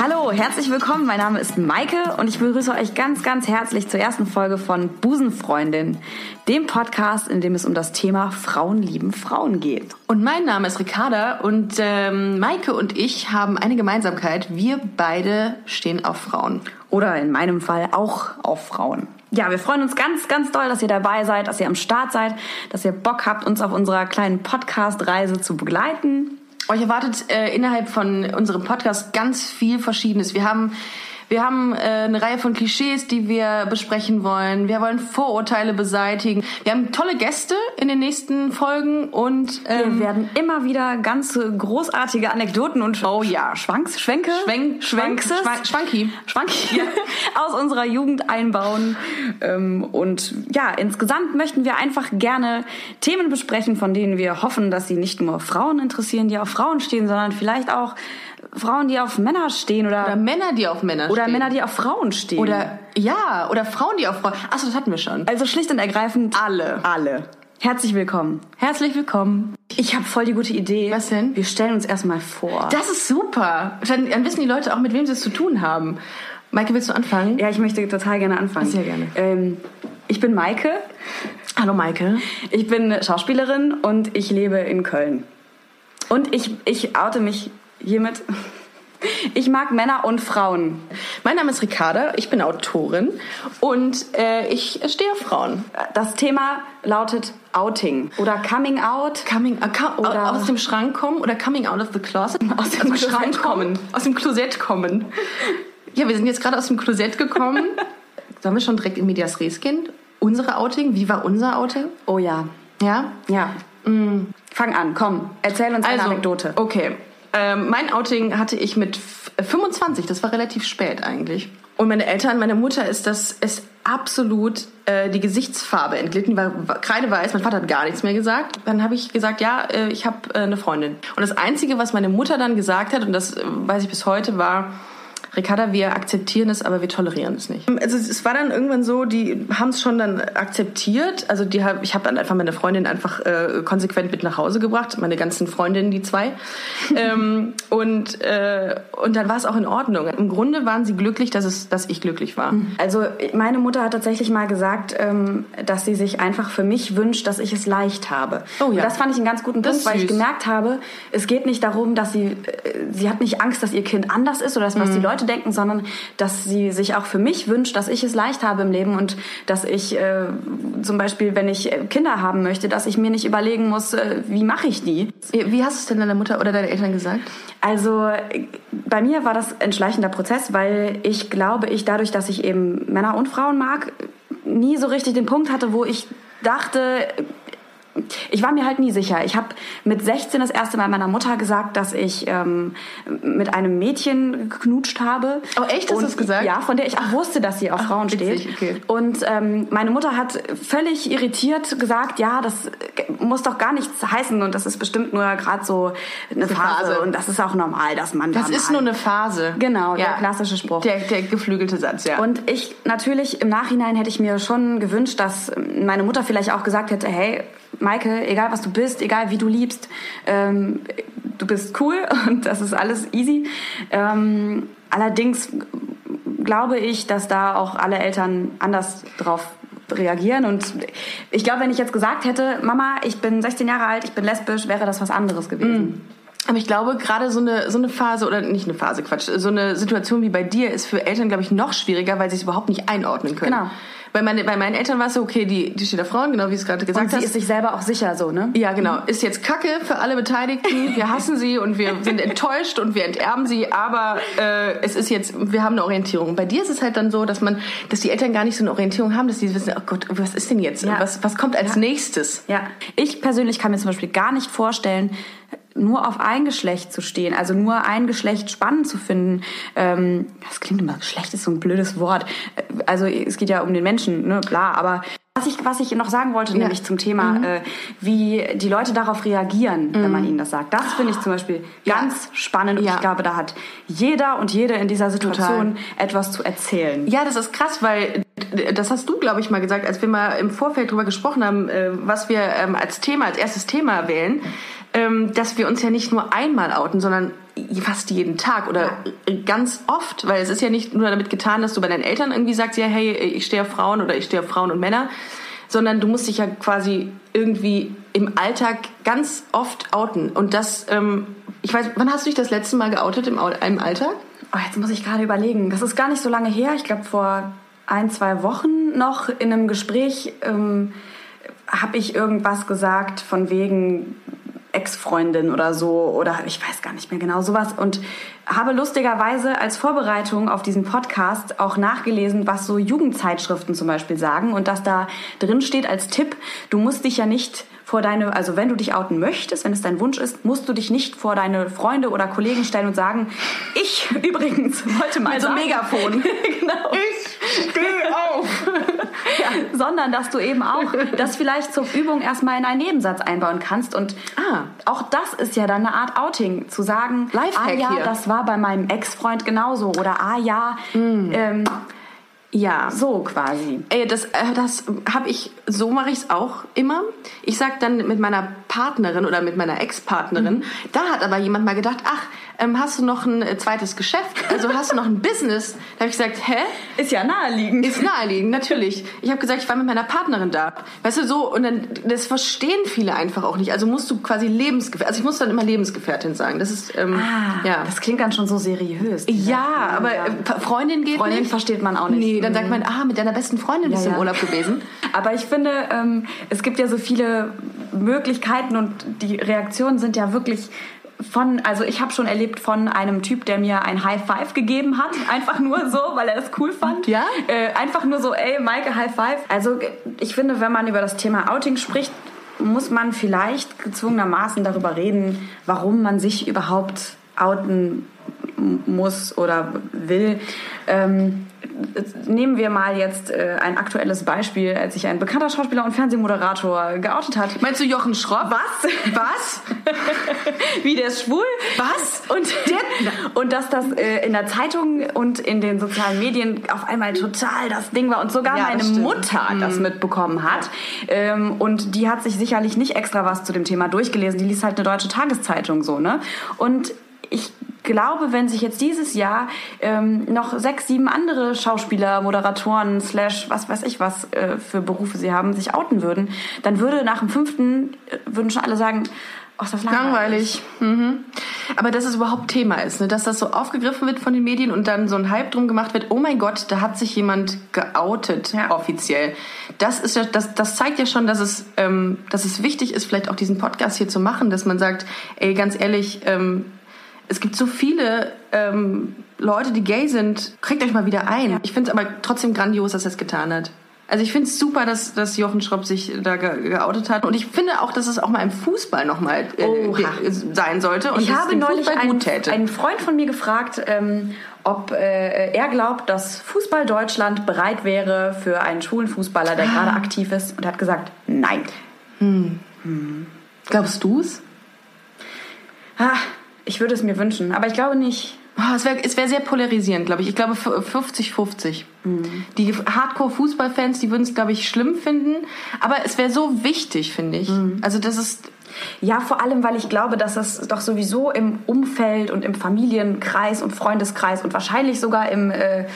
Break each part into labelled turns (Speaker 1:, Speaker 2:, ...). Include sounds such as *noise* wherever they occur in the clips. Speaker 1: Hallo, herzlich willkommen. Mein Name ist Maike und ich begrüße euch ganz, ganz herzlich zur ersten Folge von Busenfreundin, dem Podcast, in dem es um das Thema Frauen lieben Frauen geht.
Speaker 2: Und mein Name ist Ricarda und ähm, Maike und ich haben eine Gemeinsamkeit. Wir beide stehen auf Frauen.
Speaker 1: Oder in meinem Fall auch auf Frauen. Ja, wir freuen uns ganz, ganz doll, dass ihr dabei seid, dass ihr am Start seid, dass ihr Bock habt, uns auf unserer kleinen Podcast-Reise zu begleiten.
Speaker 2: Euch erwartet äh, innerhalb von unserem Podcast ganz viel Verschiedenes. Wir haben wir haben äh, eine Reihe von Klischees, die wir besprechen wollen. Wir wollen Vorurteile beseitigen. Wir haben tolle Gäste in den nächsten Folgen und ähm,
Speaker 1: Wir werden immer wieder ganz großartige Anekdoten und
Speaker 2: Oh ja.
Speaker 1: Schwanks, Schwenke,
Speaker 2: Schwenk, Schwenk,
Speaker 1: Schwankses?
Speaker 2: Schwank, Schwanki.
Speaker 1: Schwank aus unserer Jugend einbauen. Ähm, Und ja, insgesamt möchten wir einfach gerne Themen besprechen, von denen wir hoffen, dass sie nicht nur Frauen interessieren, die auf Frauen stehen, sondern vielleicht auch Frauen, die auf Männer stehen oder,
Speaker 2: Oder
Speaker 1: oder,
Speaker 2: Männer, die auf Männer stehen.
Speaker 1: Männer, die auf Frauen stehen.
Speaker 2: Oder, ja, oder Frauen, die auf Frauen. Achso, das hatten wir schon.
Speaker 1: also schlicht und ergreifend
Speaker 2: Alle.
Speaker 1: alle. Herzlich willkommen.
Speaker 2: Herzlich willkommen.
Speaker 1: Ich habe voll die gute Idee.
Speaker 2: Was denn?
Speaker 1: Wir stellen uns erstmal vor.
Speaker 2: Das ist super. Dann, dann wissen die Leute auch, mit wem sie es zu tun haben. Maike, willst du anfangen?
Speaker 1: ja, ich möchte total gerne anfangen.
Speaker 2: Sehr gerne.
Speaker 1: Ähm, ich bin Maike.
Speaker 2: Hallo, Maike.
Speaker 1: Ich bin Schauspielerin und ich lebe in Köln. Und ich, ich oute mich hiermit. *laughs* Ich mag Männer und Frauen.
Speaker 2: Mein Name ist Ricarda, ich bin Autorin und äh, ich stehe auf Frauen.
Speaker 1: Das Thema lautet Outing oder Coming Out.
Speaker 2: Coming äh, ka-
Speaker 1: Oder-
Speaker 2: aus dem Schrank kommen oder coming out of the closet. Aus dem
Speaker 1: Klosett
Speaker 2: kommen. Aus dem Klosett kommen. Ja, wir sind jetzt gerade aus dem Klosett *laughs* gekommen. Sollen wir schon direkt in Medias Res gehen? Unsere Outing? Wie war unser Outing?
Speaker 1: Oh ja.
Speaker 2: Ja?
Speaker 1: Ja. Mm. Fang an, komm. Erzähl uns
Speaker 2: Also,
Speaker 1: eine Anekdote.
Speaker 2: Okay. Ähm, mein Outing hatte ich mit f- 25, das war relativ spät eigentlich. Und meine Eltern, meine Mutter ist das ist absolut äh, die Gesichtsfarbe entglitten, die war, war kreideweiß. Mein Vater hat gar nichts mehr gesagt. Dann habe ich gesagt, ja, äh, ich habe äh, eine Freundin. Und das Einzige, was meine Mutter dann gesagt hat, und das äh, weiß ich bis heute, war, Ricarda, wir akzeptieren es, aber wir tolerieren es nicht. Also es es war dann irgendwann so, die haben es schon dann akzeptiert. Also die hab, ich habe dann einfach meine Freundin einfach äh, konsequent mit nach Hause gebracht, meine ganzen Freundinnen, die *laughs* zwei. ähm, und, äh, und dann war es auch in Ordnung. Im Grunde waren sie glücklich, dass, es, dass ich glücklich war.
Speaker 1: Also meine Mutter hat tatsächlich mal gesagt, ähm, dass sie sich einfach für mich wünscht, dass ich es leicht habe.
Speaker 2: Oh ja.
Speaker 1: Und das fand ich einen ganz guten
Speaker 2: Das
Speaker 1: Punkt,
Speaker 2: ist
Speaker 1: weil ich
Speaker 2: süß.
Speaker 1: gemerkt habe, es geht nicht darum, dass sie, äh, sie hat nicht Angst, dass ihr Kind anders ist oder dass was
Speaker 2: Mhm.
Speaker 1: die Leute denken, sondern dass sie sich auch für mich wünscht, dass ich es leicht habe im Leben und dass ich äh, zum Beispiel, wenn ich äh, Kinder haben möchte, dass ich mir nicht überlegen muss, äh, wie mache ich die.
Speaker 2: Wie hast du es denn deiner Mutter oder deinen Eltern gesagt?
Speaker 1: Also äh, bei mir war das ein schleichender Prozess, weil ich glaube, ich dadurch, dass ich eben Männer und Frauen mag, nie so richtig den Punkt hatte, wo ich dachte, ich war mir halt nie sicher. Ich habe mit 16 das erste Mal meiner Mutter gesagt, dass ich ähm, mit einem Mädchen geknutscht habe.
Speaker 2: Oh, echt? Hast
Speaker 1: Und-
Speaker 2: du's gesagt?
Speaker 1: Ja, von der ich auch wusste, dass sie auf Frauen
Speaker 2: witzig,
Speaker 1: steht.
Speaker 2: okay.
Speaker 1: Und ähm, meine Mutter hat völlig irritiert gesagt, ja, das äh, muss doch gar nichts heißen und das ist bestimmt nur gerade so eine Phase.
Speaker 2: Phase.
Speaker 1: und das ist auch normal, dass man
Speaker 2: Das
Speaker 1: da
Speaker 2: ist
Speaker 1: mal-
Speaker 2: nur eine Phase.
Speaker 1: Genau, der klassische Spruch.
Speaker 2: Der, der geflügelte Satz, ja.
Speaker 1: Und ich natürlich im Nachhinein hätte ich mir schon gewünscht, dass meine Mutter vielleicht auch gesagt hätte, hey, Maike, egal was du bist, egal wie du liebst, ähm, du bist cool *laughs* und das ist alles easy. Ähm, allerdings glaube ich, dass da auch alle Eltern anders drauf reagieren und ich glaube, wenn ich jetzt gesagt hätte, Mama, ich bin 16 Jahre alt, ich bin lesbisch, wäre das was anderes
Speaker 2: Mm,
Speaker 1: gewesen.
Speaker 2: Aber ich glaube, gerade so eine, so eine Phase, oder nicht eine Phase, Quatsch, so eine Situation wie bei dir ist für Eltern, glaube ich, noch schwieriger, weil sie es überhaupt nicht einordnen können.
Speaker 1: Genau.
Speaker 2: Bei, meine, bei meinen Eltern war es so, okay, die, die steht auf Frauen, genau wie es gerade
Speaker 1: Und
Speaker 2: gesagt
Speaker 1: sie
Speaker 2: hast.
Speaker 1: ist sich selber auch sicher so, ne?
Speaker 2: ja, genau. Ist jetzt Kacke für alle Beteiligten. Wir hassen sie und wir sind enttäuscht und wir enterben sie. Aber äh, es ist jetzt, wir haben eine Orientierung. Bei dir ist es halt dann so, dass man, dass die Eltern gar nicht so eine Orientierung haben, dass die wissen, oh Gott, was ist denn jetzt?
Speaker 1: Ja.
Speaker 2: Was, was kommt als nächstes?
Speaker 1: Ja, ich persönlich kann mir zum Beispiel gar nicht vorstellen, nur auf ein Geschlecht zu stehen, also nur ein Geschlecht spannend zu finden. Ähm, das klingt immer, Geschlecht ist so ein blödes Wort. Äh, Also es geht ja um den Menschen, ne, klar, aber was ich, was ich noch sagen wollte,
Speaker 2: Ja. Mhm.
Speaker 1: nämlich zum Thema, äh, wie die Leute darauf reagieren, wenn man ihnen das sagt. Das finde ich zum Beispiel
Speaker 2: Ja.
Speaker 1: ganz spannend und
Speaker 2: Ja.
Speaker 1: ich glaube, da hat jeder und jede in dieser Situation etwas zu erzählen.
Speaker 2: Ja, das ist krass, weil äh, das hast du, glaube ich, mal gesagt, als wir mal im Vorfeld drüber gesprochen haben, äh, was wir ähm, als Thema, als erstes Thema wählen, ähm, dass wir uns ja nicht nur einmal outen, sondern fast jeden Tag oder ganz oft, weil es ist ja nicht nur damit getan, dass du bei deinen Eltern irgendwie sagst, ja, hey, ich stehe auf Frauen oder ich stehe auf Frauen und Männer, sondern du musst dich ja quasi irgendwie im Alltag ganz oft outen. Und das, ähm, ich weiß, wann hast du dich das letzte Mal geoutet im, Au- im Alltag?
Speaker 1: Oh, jetzt muss ich gerade überlegen. Das ist gar nicht so lange her. Ich glaube, vor ein, zwei Wochen noch in einem Gespräch ähm, habe ich irgendwas gesagt von wegen Ex-Freundin oder so oder ich weiß gar nicht mehr genau sowas und habe lustigerweise als Vorbereitung auf diesen Podcast auch nachgelesen, was so Jugendzeitschriften zum Beispiel sagen und dass da drin steht als Tipp, du musst dich ja nicht vor deine, also wenn du dich outen möchtest, wenn es dein Wunsch ist, musst du dich nicht vor deine Freunde oder Kollegen stellen und sagen, ich *laughs* übrigens wollte mal
Speaker 2: Mit so einem
Speaker 1: sagen.
Speaker 2: Megafon.
Speaker 1: genau.
Speaker 2: Ich stehe auf!
Speaker 1: Ja, sondern dass du eben
Speaker 2: *laughs*
Speaker 1: auch das vielleicht zur Übung erstmal in einen Nebensatz einbauen kannst. Und
Speaker 2: Ah.
Speaker 1: auch das ist ja dann eine Art Outing, zu sagen,
Speaker 2: Lifehack
Speaker 1: ah ja,
Speaker 2: hier.
Speaker 1: das war bei meinem Ex-Freund genauso oder ah ja,
Speaker 2: Mm.
Speaker 1: ähm,
Speaker 2: Ja.
Speaker 1: so quasi.
Speaker 2: Ey, das, äh, das habe ich, so mache ich es auch immer. Ich sag dann mit meiner Partnerin oder mit meiner Ex-Partnerin,
Speaker 1: Mhm.
Speaker 2: da hat aber jemand mal gedacht, ach, ähm, hast du noch ein äh, zweites Geschäft? Also hast du noch ein Business? Da habe ich gesagt, hä?
Speaker 1: Ist ja naheliegend.
Speaker 2: Ist naheliegend, natürlich. Ich habe gesagt, ich war mit meiner Partnerin da. Weißt du, so, und dann, das verstehen viele einfach auch nicht. Also musst du quasi Lebensgefährtin, also ich muss dann immer Lebensgefährtin sagen. Das ist, ähm,
Speaker 1: ah,
Speaker 2: ja.
Speaker 1: das klingt dann schon so seriös.
Speaker 2: ja, aber äh, Freundin geht
Speaker 1: Freundin
Speaker 2: nicht.
Speaker 1: versteht man auch nicht. Mhm.
Speaker 2: Nee, dann sagt man, ah, mit deiner besten Freundin bist du
Speaker 1: ja.
Speaker 2: im Urlaub
Speaker 1: *laughs*
Speaker 2: gewesen.
Speaker 1: Aber ich finde, ähm, es gibt ja so viele Möglichkeiten und die Reaktionen sind ja wirklich von, also ich habe schon erlebt von einem Typ, der mir ein High Five gegeben hat, einfach nur so, weil er das cool fand.
Speaker 2: Ja?
Speaker 1: Äh, einfach nur so, ey, Maike, High Five. Also ich finde, wenn man über das Thema Outing spricht, muss man vielleicht gezwungenermaßen darüber reden, warum man sich überhaupt outen muss oder will. Ähm, nehmen wir mal jetzt äh, ein aktuelles Beispiel, als sich ein bekannter Schauspieler und Fernsehmoderator geoutet hat.
Speaker 2: Meinst du Jochen Schropp? Was? Was?
Speaker 1: Wie der ist schwul.
Speaker 2: Was?
Speaker 1: Und, und dass das äh, in der Zeitung und in den sozialen Medien auf einmal total das Ding war und sogar
Speaker 2: Ja, das
Speaker 1: meine
Speaker 2: stimmt. Mhm.
Speaker 1: Mutter das mitbekommen hat. Ähm, und die hat sich sicherlich nicht extra was zu dem Thema durchgelesen. Die liest halt eine deutsche Tageszeitung so, ne? Und ich glaube, wenn sich jetzt dieses Jahr ähm, noch sechs, sieben andere Schauspieler, Moderatoren, slash was weiß ich was äh, für Berufe sie haben, sich outen würden, dann würde nach dem fünften, äh, würden schon alle sagen, ach, das ist langweilig.
Speaker 2: Langweilig. Mhm. Aber dass es überhaupt Thema ist, ne? dass das so aufgegriffen wird von den Medien und dann so ein Hype drum gemacht wird, oh mein Gott, da hat sich jemand geoutet
Speaker 1: Ja.
Speaker 2: offiziell. Das, ist ja, das, das zeigt ja schon, dass es, ähm, dass es wichtig ist, vielleicht auch diesen Podcast hier zu machen, dass man sagt, ey, ganz ehrlich, ähm, es gibt so viele ähm, Leute, die gay sind, kriegt euch mal wieder ein. Ich finde es aber trotzdem grandios, dass er es getan hat. Also ich finde es super, dass, dass Jochen Schropp sich da ge geoutet hat. Und ich finde auch, dass es auch mal im Fußball nochmal äh,
Speaker 1: Oha.
Speaker 2: ge- sein sollte. Und
Speaker 1: ich
Speaker 2: dass es
Speaker 1: habe
Speaker 2: dem
Speaker 1: neulich
Speaker 2: Fußball
Speaker 1: einen,
Speaker 2: gut täte.
Speaker 1: einen Freund von mir gefragt, ähm, ob äh, er glaubt, dass Fußball Deutschland bereit wäre für einen schwulen Fußballer,
Speaker 2: Ah.
Speaker 1: der gerade aktiv ist, und er hat gesagt, nein.
Speaker 2: Glaubst du es?
Speaker 1: Ah, ich würde es mir wünschen, aber ich glaube nicht.
Speaker 2: Ah, Es wäre es wär sehr polarisierend, glaube ich. Ich glaube f- 50-50. Die Hardcore-Fußballfans, die würden es, glaube ich, schlimm finden. Aber es wäre so wichtig, finde ich. Also das ist
Speaker 1: Ja, vor allem, weil ich glaube, dass es doch sowieso im Umfeld und im Familienkreis und Freundeskreis und wahrscheinlich sogar im äh,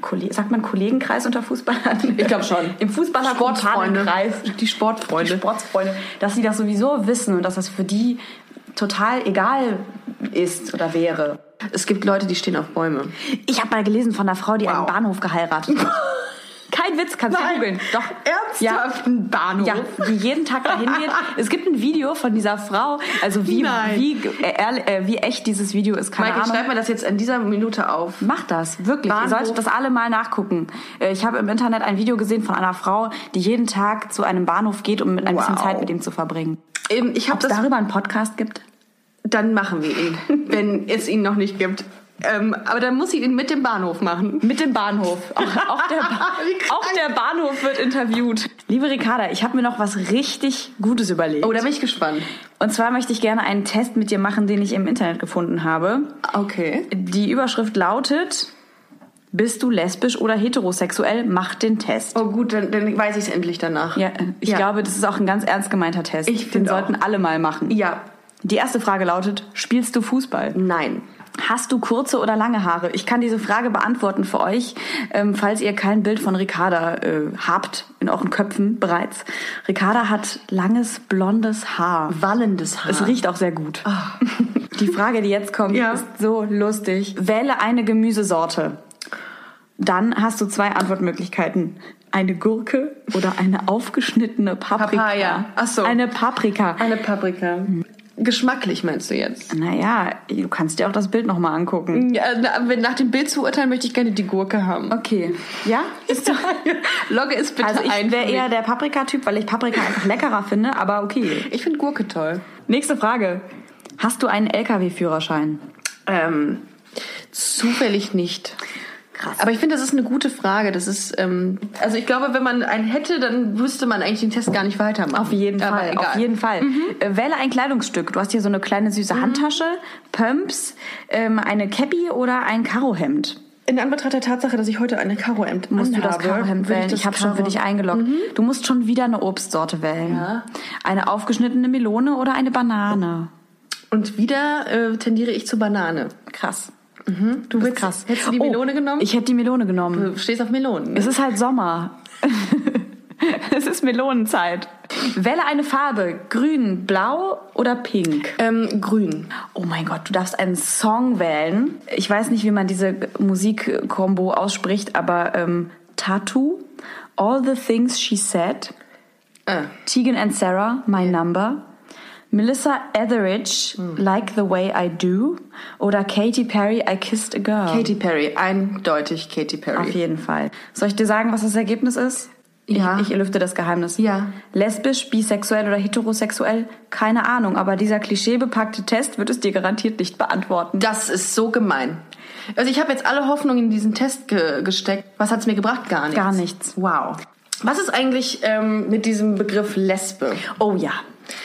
Speaker 1: Kolle- sagt man Kollegenkreis unter Fußballern?
Speaker 2: Ich glaube schon.
Speaker 1: *laughs* Im Fußballer
Speaker 2: Sportfreunde.
Speaker 1: Kumpanenkreis.
Speaker 2: Die Sportfreunde.
Speaker 1: Die Sportsfreunde, dass sie das sowieso wissen und dass das für die total egal ist oder wäre.
Speaker 2: Es gibt Leute, die stehen auf Bäume.
Speaker 1: Ich habe mal gelesen von einer Frau, die
Speaker 2: Wow.
Speaker 1: einen Bahnhof geheiratet hat. *laughs* Kein Witz, kannst du googeln. Doch.
Speaker 2: Ernsthaft ein Bahnhof.
Speaker 1: Ja, die jeden Tag dahin
Speaker 2: *laughs*
Speaker 1: geht. Es gibt ein Video von dieser Frau. Also wie,
Speaker 2: Nein.
Speaker 1: wie, äh, ehrlich- äh, wie echt dieses Video ist, keine
Speaker 2: Michael,
Speaker 1: Ahnung.
Speaker 2: schreib mir das jetzt in dieser Minute auf.
Speaker 1: Macht das, wirklich.
Speaker 2: Bahnhof.
Speaker 1: Ihr solltet das alle mal nachgucken. Äh, Ich habe im Internet ein Video gesehen von einer Frau, die jeden Tag zu einem Bahnhof geht, um mit ein bisschen
Speaker 2: Wow.
Speaker 1: Zeit mit ihm zu verbringen.
Speaker 2: Ähm, Ich habe
Speaker 1: Ob es
Speaker 2: das. *laughs*
Speaker 1: darüber einen Podcast gibt?
Speaker 2: Dann machen wir ihn, wenn es ihn noch nicht gibt. Ähm, aber dann muss sie ihn mit dem Bahnhof machen.
Speaker 1: Mit dem Bahnhof. Auch, auch, der, Ba-
Speaker 2: Wie krank.
Speaker 1: auch der Bahnhof wird interviewt. Liebe Ricarda, ich habe mir noch was richtig Gutes überlegt.
Speaker 2: *laughs* Oh, da bin ich gespannt.
Speaker 1: Und zwar möchte ich gerne einen Test mit dir machen, den ich im Internet gefunden habe.
Speaker 2: Okay.
Speaker 1: Die Überschrift lautet: Bist du lesbisch oder heterosexuell? Mach den Test.
Speaker 2: Oh gut, dann, dann weiß ich es endlich danach.
Speaker 1: Ja, ich
Speaker 2: Ja.
Speaker 1: glaube, das ist auch ein ganz ernst gemeinter Test.
Speaker 2: Ich
Speaker 1: den
Speaker 2: find auch.
Speaker 1: sollten alle mal machen.
Speaker 2: Ja,
Speaker 1: Die erste Frage lautet: Spielst du Fußball?
Speaker 2: nein.
Speaker 1: Hast du kurze oder lange Haare? Ich kann diese Frage beantworten für euch, ähm, falls ihr kein Bild von Ricarda äh, habt in euren Köpfen bereits. Ricarda hat langes blondes Haar.
Speaker 2: Wallendes Haar.
Speaker 1: Es riecht auch sehr gut. *laughs* Die Frage, die jetzt kommt,
Speaker 2: Ah. Ja.
Speaker 1: ist so lustig. Wähle eine Gemüsesorte. Dann hast du zwei Antwortmöglichkeiten. Eine Gurke oder eine aufgeschnittene Paprika.
Speaker 2: Papaya. Ach so.
Speaker 1: Eine Paprika.
Speaker 2: Eine Paprika. Mhm. Geschmacklich meinst du jetzt?
Speaker 1: Naja, du kannst dir auch das Bild nochmal angucken.
Speaker 2: Ja, na, wenn- nach dem Bild zu urteilen, möchte ich gerne die Gurke haben. *laughs*
Speaker 1: Okay. Ja? Ist doch
Speaker 2: Logge ist bitte
Speaker 1: Also ich
Speaker 2: ein. für
Speaker 1: wäre
Speaker 2: mich.
Speaker 1: eher der Paprika-Typ, weil ich Paprika einfach leckerer finde, aber
Speaker 2: *laughs*
Speaker 1: okay.
Speaker 2: ich finde Gurke toll.
Speaker 1: Nächste Frage. Hast du einen LKW-Führerschein?
Speaker 2: Ähm, zufällig nicht.
Speaker 1: Krass.
Speaker 2: Aber ich finde, das ist eine gute Frage. Das ist, ähm, also ich glaube, wenn man einen hätte, dann wüsste man eigentlich den Test gar nicht weitermachen.
Speaker 1: Auf jeden
Speaker 2: Aber
Speaker 1: Fall,
Speaker 2: Egal. Mhm.
Speaker 1: auf jeden Fall. Äh, wähle ein Kleidungsstück. Du hast hier so eine kleine süße Handtasche, Pumps, ähm, eine Cappy oder ein Karohemd.
Speaker 2: In Anbetracht der Tatsache, dass ich heute eine Karohemd
Speaker 1: Musst du
Speaker 2: anhabe,
Speaker 1: das Karohemd
Speaker 2: würde
Speaker 1: wählen? Ich, habe
Speaker 2: das
Speaker 1: schon für
Speaker 2: Karo- Mhm.
Speaker 1: dich eingeloggt. Du musst schon wieder eine Obstsorte wählen.
Speaker 2: Ja. Oh.
Speaker 1: Eine aufgeschnittene Melone oder eine Banane.
Speaker 2: Und wieder äh, tendiere ich zur Banane.
Speaker 1: Krass. Du bist krass. Oh,
Speaker 2: hättest du die Melone genommen?
Speaker 1: Ich hätte die Melone genommen.
Speaker 2: Du stehst auf Melonen.
Speaker 1: Es ist halt Sommer. *laughs* es ist Melonenzeit. Wähle eine Farbe. Grün, blau oder pink?
Speaker 2: ähm, grün.
Speaker 1: Oh mein Gott, du darfst einen Song wählen. Ich weiß nicht, wie man diese Musikkombo ausspricht, aber ähm, Tattoo, All the Things She Said,
Speaker 2: Äh.
Speaker 1: Tegan and Sarah, My Number, Melissa Etheridge,
Speaker 2: Hm.
Speaker 1: Like the Way I Do oder Katy Perry, I Kissed a Girl.
Speaker 2: Katy Perry, eindeutig Katy Perry.
Speaker 1: Auf jeden Fall. Soll ich dir sagen, was das Ergebnis ist?
Speaker 2: Ja.
Speaker 1: Ich, ich lüfte das Geheimnis.
Speaker 2: Ja.
Speaker 1: Lesbisch, bisexuell oder heterosexuell? Keine Ahnung, aber dieser klischeebepackte Test wird es dir garantiert nicht beantworten.
Speaker 2: Das ist so gemein. Also ich habe jetzt alle Hoffnungen in diesen Test ge gesteckt. Was hat's mir gebracht? Gar nichts.
Speaker 1: Gar nichts.
Speaker 2: Wow. Was ist eigentlich ähm, mit diesem Begriff Lesbe?
Speaker 1: oh ja,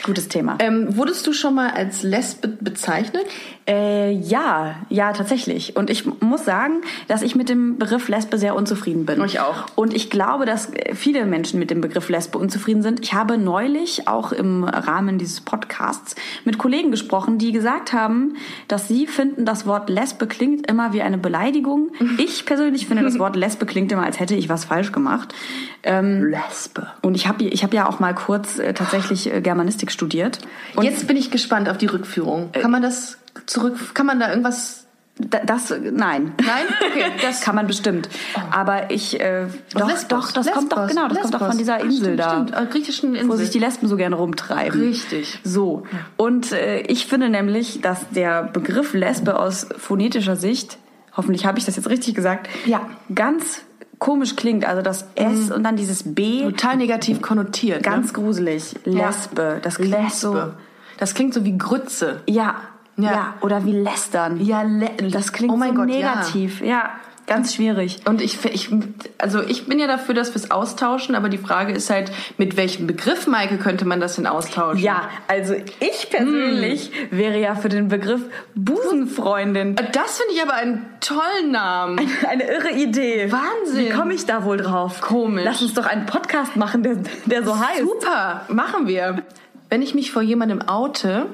Speaker 1: gutes Thema.
Speaker 2: Ähm, wurdest du schon mal als Lesbe bezeichnet?
Speaker 1: Äh, ja, ja, tatsächlich. Und ich muss sagen, dass ich mit dem Begriff Lesbe sehr unzufrieden bin.
Speaker 2: Ich auch.
Speaker 1: Und ich glaube, dass äh, viele Menschen mit dem Begriff Lesbe unzufrieden sind. Ich habe neulich auch im Rahmen dieses Podcasts mit Kollegen gesprochen, die gesagt haben, dass sie finden, das Wort Lesbe klingt immer wie eine
Speaker 2: *laughs*
Speaker 1: Beleidigung. Ich persönlich finde, das Wort Lesbe klingt immer, als hätte ich was falsch gemacht. Ähm,
Speaker 2: Lesbe.
Speaker 1: und ich habe ich hab ja auch mal kurz äh, tatsächlich äh, Germanistik studiert. Und Äh,
Speaker 2: Jetzt bin ich gespannt auf die Rückführung. Kann man das zurück? Kann man da irgendwas?
Speaker 1: da- das, nein.
Speaker 2: Nein?
Speaker 1: *laughs*
Speaker 2: Okay, Oh.
Speaker 1: Das kann man bestimmt. Aber ich, äh, doch,
Speaker 2: Lesbos,
Speaker 1: doch, das kommt doch,
Speaker 2: Lesbos,
Speaker 1: genau, das kommt doch
Speaker 2: Lesbos.
Speaker 1: von dieser Insel
Speaker 2: stimmt,
Speaker 1: da.
Speaker 2: Stimmt, äh, griechischen Insel.
Speaker 1: Wo sich die Lesben so gerne rumtreiben.
Speaker 2: Richtig.
Speaker 1: So. Und äh, ich finde nämlich, dass der Begriff Lesbe aus phonetischer Sicht, hoffentlich habe ich das jetzt richtig gesagt,
Speaker 2: Ja. Mhm.
Speaker 1: ganz komisch klingt. Also das S und dann dieses B,
Speaker 2: total negativ konnotiert.
Speaker 1: ganz
Speaker 2: ne?
Speaker 1: gruselig.
Speaker 2: Ja.
Speaker 1: Lesbe, das klingt
Speaker 2: Lesbe.
Speaker 1: so.
Speaker 2: Das klingt so wie Grütze.
Speaker 1: Ja, ja,
Speaker 2: Ja.
Speaker 1: Oder wie lästern.
Speaker 2: Ja,
Speaker 1: Das klingt
Speaker 2: oh mein
Speaker 1: so
Speaker 2: Gott, Ja.
Speaker 1: negativ. ja, ganz schwierig.
Speaker 2: Und ich, f- ich, also ich bin ja dafür, dass wir es austauschen, aber die Frage ist halt, mit welchem Begriff, Maike, könnte man das denn austauschen?
Speaker 1: Ja, also ich persönlich wäre ja für den Begriff *laughs* Busenfreundin.
Speaker 2: Äh, Das finde ich aber einen tollen Namen.
Speaker 1: Eine irre Idee.
Speaker 2: Wahnsinn.
Speaker 1: Wie komme ich da wohl drauf?
Speaker 2: Komisch.
Speaker 1: Lass uns doch einen Podcast machen, der, der so heißt.
Speaker 2: Super, machen wir. Wenn ich mich vor jemandem oute,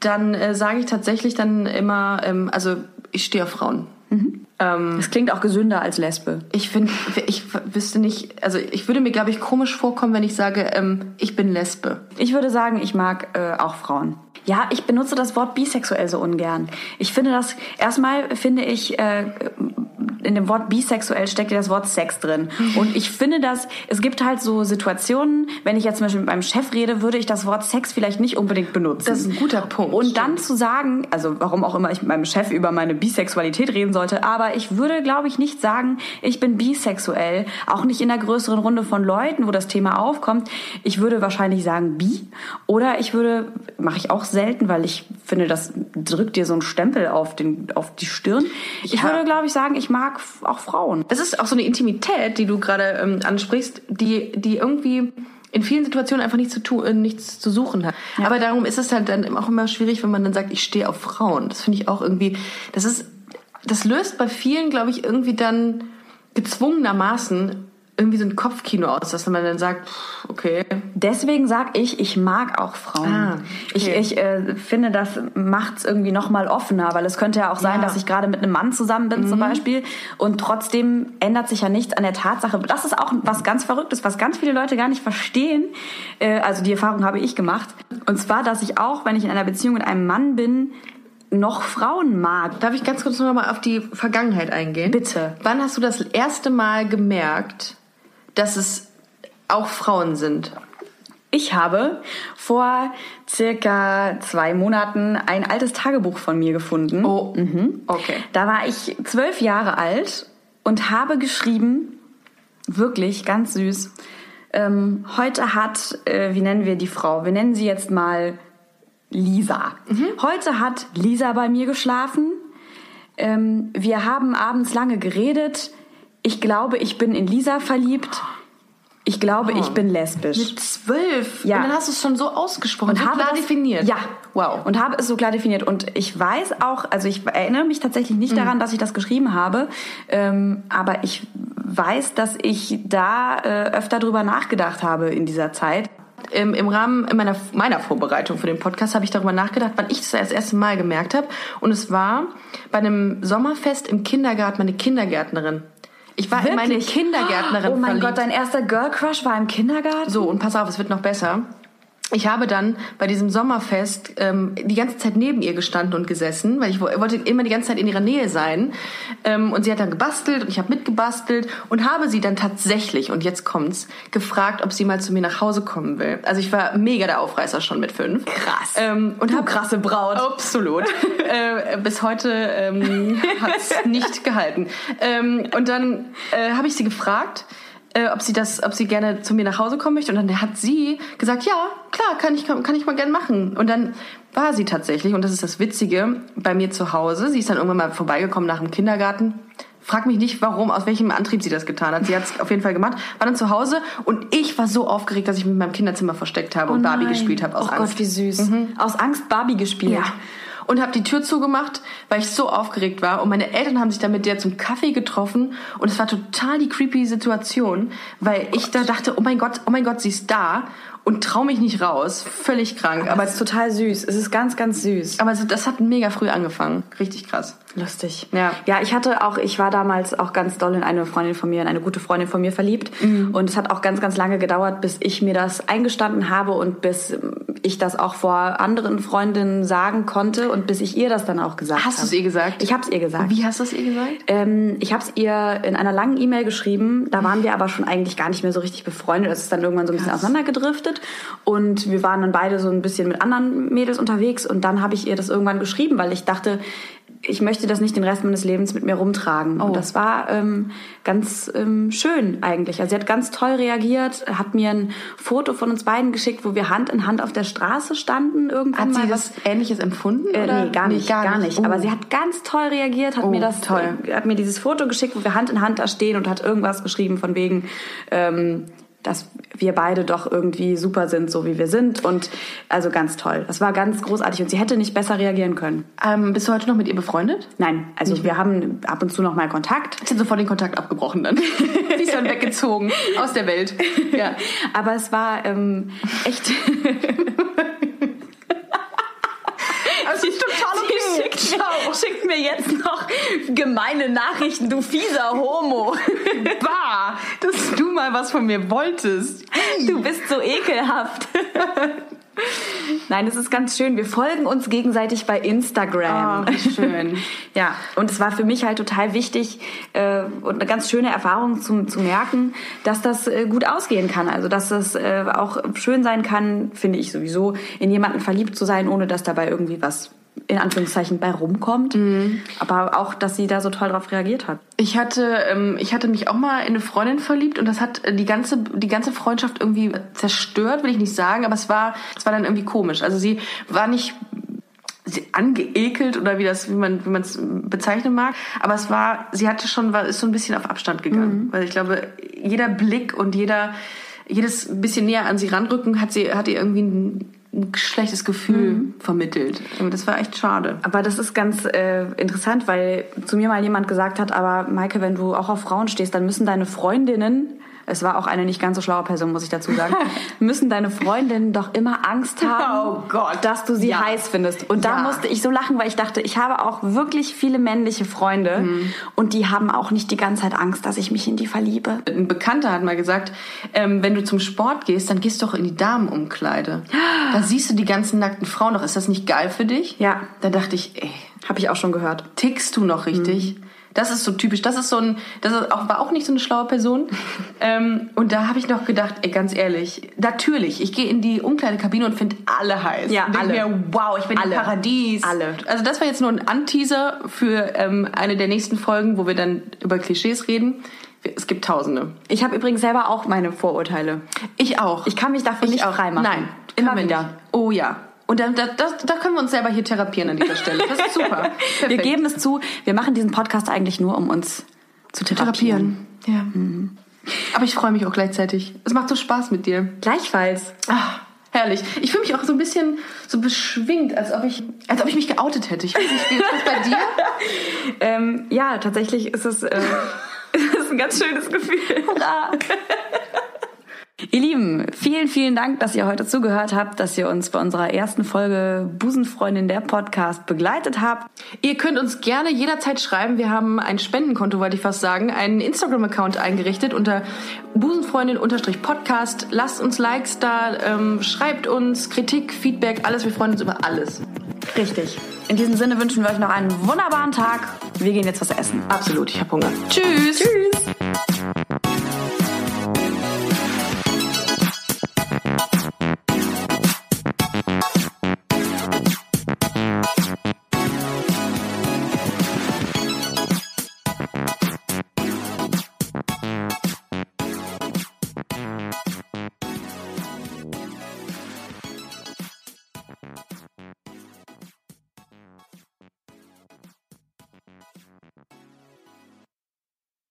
Speaker 2: dann äh, sage ich tatsächlich dann immer, ähm, also ich stehe auf Frauen. Ähm,
Speaker 1: Das klingt auch gesünder als Lesbe.
Speaker 2: ich finde, ich wüsste nicht, also ich würde mir, glaube ich, komisch vorkommen, wenn ich sage, ähm, ich bin Lesbe.
Speaker 1: Ich würde sagen, ich mag äh, auch Frauen. Ja, ich benutze das Wort bisexuell so ungern. Ich finde das, erstmal finde ich, äh, in dem Wort bisexuell steckt ja das Wort Sex drin. Und ich finde das, es gibt halt so Situationen, wenn ich jetzt zum Beispiel mit meinem Chef rede, würde ich das Wort Sex vielleicht nicht unbedingt benutzen.
Speaker 2: Das ist ein guter Punkt.
Speaker 1: Und dann zu sagen, also warum auch immer ich mit meinem Chef über meine Bisexualität reden sollte, aber ich würde, glaube ich, nicht sagen, ich bin bisexuell. Auch nicht in einer größeren Runde von Leuten, wo das Thema aufkommt. Ich würde wahrscheinlich sagen bi oder ich würde, mache ich auch selten, weil ich finde, das drückt dir so einen Stempel auf, den, auf die Stirn. Ich
Speaker 2: Ja.
Speaker 1: würde, glaube ich, sagen, ich mag f- auch Frauen.
Speaker 2: Das ist auch so eine Intimität, die du gerade ähm, ansprichst, die, die irgendwie in vielen Situationen einfach nichts zu tun, äh, nichts zu suchen hat. Aber darum ist es halt dann auch immer schwierig, wenn man dann sagt, ich stehe auf Frauen. Das finde ich auch irgendwie, das ist, das löst bei vielen, glaube ich, irgendwie dann gezwungenermaßen irgendwie so ein Kopfkino aus, dass man dann sagt, pff, okay,
Speaker 1: Deswegen sage ich, ich mag auch Frauen.
Speaker 2: Ah,
Speaker 1: Ich,
Speaker 2: okay.
Speaker 1: ich äh, finde, das macht's irgendwie noch mal offener, weil es könnte ja auch sein,
Speaker 2: Ja. Mhm.
Speaker 1: dass ich gerade mit einem Mann zusammen bin zum Beispiel und trotzdem ändert sich ja nichts an der Tatsache. Das ist auch was ganz Verrücktes, was ganz viele Leute gar nicht verstehen. Äh, also die Erfahrung habe ich gemacht. Und zwar, dass ich auch, wenn ich in einer Beziehung mit einem Mann bin, noch Frauen mag.
Speaker 2: darf ich ganz kurz nochmal auf die Vergangenheit eingehen?
Speaker 1: Bitte.
Speaker 2: Wann hast du das erste Mal gemerkt, dass es auch Frauen sind?
Speaker 1: Ich habe vor circa zwei Monaten ein altes Tagebuch von mir gefunden.
Speaker 2: Oh, okay.
Speaker 1: Da war ich zwölf Jahre alt und habe geschrieben, wirklich ganz süß. Ähm, heute hat, äh, wie nennen wir die Frau? Wir nennen sie jetzt mal Lisa. Heute hat Lisa bei mir geschlafen. Ähm, wir haben abends lange geredet. Ich glaube, ich bin in Lisa verliebt. Ich glaube, ich bin lesbisch.
Speaker 2: Zwölf?
Speaker 1: Ja.
Speaker 2: Und dann hast du es schon so ausgesprochen, so klar
Speaker 1: das-
Speaker 2: definiert.
Speaker 1: Ja,
Speaker 2: Wow.
Speaker 1: Und habe es so klar definiert. Und ich weiß auch, also ich erinnere mich tatsächlich
Speaker 2: Mhm.
Speaker 1: nicht daran, dass ich das geschrieben habe, ähm, aber ich weiß, dass ich da äh, öfter drüber nachgedacht habe in dieser Zeit.
Speaker 2: im, im Rahmen meiner, meiner Vorbereitung für den Podcast habe ich darüber nachgedacht, wann ich das das erste Mal gemerkt habe. Und es war bei einem Sommerfest im Kindergarten, meine Kindergärtnerin. Ich war in meine
Speaker 1: Wirklich?
Speaker 2: Kindergärtnerin
Speaker 1: Oh mein
Speaker 2: verliebt.
Speaker 1: Gott, dein erster Girl Crush war im Kindergarten?
Speaker 2: So, und pass auf, es wird noch besser. Ich habe dann bei diesem Sommerfest ähm, die ganze Zeit neben ihr gestanden und gesessen, weil ich wo- wollte immer die ganze Zeit in ihrer Nähe sein. Ähm, und sie hat dann gebastelt und ich habe mitgebastelt und habe sie dann tatsächlich, und jetzt kommt's, gefragt, ob sie mal zu mir nach Hause kommen will. Also ich war mega der Aufreißer schon mit fünf.
Speaker 1: Krass.
Speaker 2: Ähm, und
Speaker 1: Äh, Du
Speaker 2: hab-
Speaker 1: krasse Braut.
Speaker 2: Oh Absolut. *laughs* äh, bis heute
Speaker 1: *laughs*
Speaker 2: ähm, hat es nicht gehalten. Ähm, und dann äh, habe ich sie gefragt, äh, ob sie das, ob sie gerne zu mir nach Hause kommen möchte. Und dann hat sie gesagt, ja, klar, kann ich, kann ich mal gern machen. Und dann war sie tatsächlich, und das ist das Witzige, bei mir zu Hause. Sie ist dann irgendwann mal vorbeigekommen nach dem Kindergarten. Frag mich nicht, warum, aus welchem Antrieb sie das getan hat. Sie hat es auf jeden Fall gemacht, war dann zu Hause und ich war so aufgeregt, dass ich mich in meinem Kinderzimmer versteckt habe und Barbie
Speaker 1: Oh Nein.
Speaker 2: gespielt habe aus
Speaker 1: oh
Speaker 2: Angst. Mhm.
Speaker 1: Gott, wie süß. Aus Angst Barbie gespielt.
Speaker 2: Ja. Und habe die Tür zugemacht, weil ich so aufgeregt war. Und meine Eltern haben sich dann mit der zum Kaffee getroffen. Und es war total die creepy Situation, weil ich da dachte, oh mein Gott, oh mein Gott, sie ist da. Und trau mich nicht raus. Völlig krank.
Speaker 1: Aber
Speaker 2: Aber,
Speaker 1: es ist total süß. Es ist ganz, ganz süß.
Speaker 2: aber das hat mega früh angefangen. Richtig krass.
Speaker 1: Lustig.
Speaker 2: Ja.
Speaker 1: Ja, ich hatte auch, ich war damals auch ganz doll in eine Freundin von mir, in eine gute Freundin von mir verliebt.
Speaker 2: Mhm.
Speaker 1: Und es hat auch ganz, ganz lange gedauert, bis ich mir das eingestanden habe und bis ähm, ich das auch vor anderen Freundinnen sagen konnte und bis ich ihr das dann auch gesagt habe.
Speaker 2: Hast du es ihr gesagt?
Speaker 1: Ich habe es ihr gesagt.
Speaker 2: Wie hast du es ihr gesagt?
Speaker 1: Ähm, ich habe es ihr in einer langen E-Mail geschrieben. Da waren wir aber schon eigentlich gar nicht mehr so richtig befreundet. Es ist dann irgendwann so ein bisschen auseinandergedriftet. Und wir waren dann beide so ein bisschen mit anderen Mädels unterwegs. Und dann habe ich ihr das irgendwann geschrieben, weil ich dachte, ich möchte das nicht den Rest meines Lebens mit mir rumtragen.
Speaker 2: Oh.
Speaker 1: Und das war ähm, ganz ähm, schön eigentlich. Also sie hat ganz toll reagiert, hat mir ein Foto von uns beiden geschickt, wo wir Hand in Hand auf der Straße standen. Irgendwann
Speaker 2: Hat
Speaker 1: mal
Speaker 2: sie
Speaker 1: was
Speaker 2: was Ähnliches empfunden?
Speaker 1: äh,
Speaker 2: oder?
Speaker 1: Nee, gar nicht, gar, nicht. Aber sie hat ganz toll reagiert, hat
Speaker 2: Oh,
Speaker 1: mir das,
Speaker 2: toll.
Speaker 1: äh, hat mir dieses Foto geschickt, wo wir Hand in Hand da stehen und hat irgendwas geschrieben von wegen, ähm, dass wir beide doch irgendwie super sind, so wie wir sind und also ganz toll. Das war ganz großartig und sie hätte nicht besser reagieren können.
Speaker 2: ähm, bist du heute noch mit ihr befreundet?
Speaker 1: Nein, also wir haben ab und zu noch mal Kontakt.
Speaker 2: Ich habe sofort den Kontakt
Speaker 1: *laughs*
Speaker 2: abgebrochen dann. sie ist dann weggezogen. Aus der Welt. Ja.
Speaker 1: Aber es war ähm, echt. *laughs*
Speaker 2: Also, ist total
Speaker 1: Sie schickt, mir, schickt mir jetzt noch gemeine Nachrichten, du fieser Homo.
Speaker 2: Bah, dass du mal was von mir wolltest.
Speaker 3: *laughs*
Speaker 1: Du bist so ekelhaft. Nein, das ist ganz schön. Wir folgen uns gegenseitig bei Instagram.
Speaker 3: Oh, wie schön.
Speaker 1: *laughs* ja, und es war für mich halt total wichtig äh, und eine ganz schöne Erfahrung zum, zu merken, dass das äh, gut ausgehen kann. Also, dass das äh, auch schön sein kann, finde ich sowieso, in jemanden verliebt zu sein, ohne dass dabei irgendwie was in Anführungszeichen bei rumkommt.
Speaker 3: Mhm.
Speaker 1: Aber auch, dass sie da so toll drauf reagiert hat.
Speaker 2: Ich hatte, ähm, ich hatte mich auch mal in eine Freundin verliebt und das hat äh, die ganze, die ganze Freundschaft irgendwie zerstört, will ich nicht sagen, aber es war, es war dann irgendwie komisch. Also sie war nicht sie angeekelt oder wie das, wie man, wie man es bezeichnen mag, aber es war, sie hatte schon, war, ist so ein bisschen auf Abstand gegangen, weil ich glaube, jeder Blick und jeder, jedes bisschen näher an sie ranrücken hat sie, hat ihr irgendwie ein, ein schlechtes Gefühl vermittelt. Und Das war echt schade.
Speaker 1: Aber das ist ganz äh, interessant, weil zu mir mal jemand gesagt hat, aber Maike, wenn du auch auf Frauen stehst, dann müssen deine Freundinnen, es war auch eine nicht ganz so schlaue Person, muss ich dazu
Speaker 2: *laughs*
Speaker 1: sagen, müssen deine Freundinnen doch immer Angst haben,
Speaker 2: Oh Gott.
Speaker 1: dass du sie
Speaker 2: Ja.
Speaker 1: heiß findest. Und da
Speaker 2: Ja.
Speaker 1: musste ich so lachen, weil ich dachte, ich habe auch wirklich viele männliche Freunde
Speaker 2: Mhm.
Speaker 1: und die haben auch nicht die ganze Zeit Angst, dass ich mich in die verliebe.
Speaker 2: Ein Bekannter hat mal gesagt, ähm, wenn du zum Sport gehst, dann gehst doch in
Speaker 1: *gasps*
Speaker 2: die Damenumkleide. Da siehst du die ganzen nackten Frauen noch. Ist das nicht geil für dich?
Speaker 1: Ja.
Speaker 2: Da dachte ich, ey,
Speaker 1: Habe ich auch schon gehört. Mhm.
Speaker 2: tickst du noch richtig? Das ist so typisch. Das ist so ein, das ist auch, war auch nicht so eine schlaue
Speaker 1: *laughs*
Speaker 2: Person. ähm, und da habe ich noch gedacht, ey, ganz ehrlich, natürlich, ich gehe in die Umkleidekabine und finde alle heiß.
Speaker 1: Ja,
Speaker 2: und denk
Speaker 1: alle.
Speaker 2: Mir, wow, ich bin
Speaker 1: Alle.
Speaker 2: im Paradies.
Speaker 1: Alle.
Speaker 2: Also das war jetzt nur ein Anteaser für ähm, eine der nächsten Folgen, wo wir dann über Klischees reden. Es gibt Tausende.
Speaker 1: Ich habe übrigens selber auch meine Vorurteile.
Speaker 2: Ich auch.
Speaker 1: Ich kann mich davon nicht
Speaker 2: auch.
Speaker 1: freimachen.
Speaker 2: Nein,
Speaker 1: Immer
Speaker 2: können wir
Speaker 1: wieder.
Speaker 2: nicht. Oh ja. Und dann, da, das, da können wir uns selber hier therapieren an dieser Stelle. Das
Speaker 1: *laughs*
Speaker 2: ist super.
Speaker 1: Wir
Speaker 2: Perfekt.
Speaker 1: geben es zu, wir machen diesen Podcast eigentlich nur, um uns zu therapieren. Mhm.
Speaker 2: therapieren. Ja. Aber ich freue mich auch gleichzeitig. Es macht so Spaß mit dir.
Speaker 1: Gleichfalls.
Speaker 2: Ah, herrlich. Ich fühle mich auch so ein bisschen so beschwingt, als ob ich, als ob ich mich geoutet hätte. Ich weiß nicht, wie ist das bei dir?
Speaker 1: Ähm, ja, tatsächlich ist es, äh, *laughs* es ist ein ganz *laughs* schönes Gefühl. Hurra! Ihr Lieben, vielen, vielen Dank, dass ihr heute zugehört habt, dass ihr uns bei unserer ersten Folge Busenfreundin der Podcast begleitet habt.
Speaker 2: Ihr könnt uns gerne jederzeit schreiben. Wir haben ein Spendenkonto, wollte ich fast sagen, einen Instagram-Account eingerichtet unter busenfreundin-podcast. Lasst uns Likes da, ähm, schreibt uns Kritik, Feedback, alles. Wir freuen uns über alles.
Speaker 1: Richtig. In diesem Sinne wünschen wir euch noch einen wunderbaren Tag. Wir gehen jetzt was essen.
Speaker 2: Absolut, ich habe Hunger. Tschüss. Tschüss.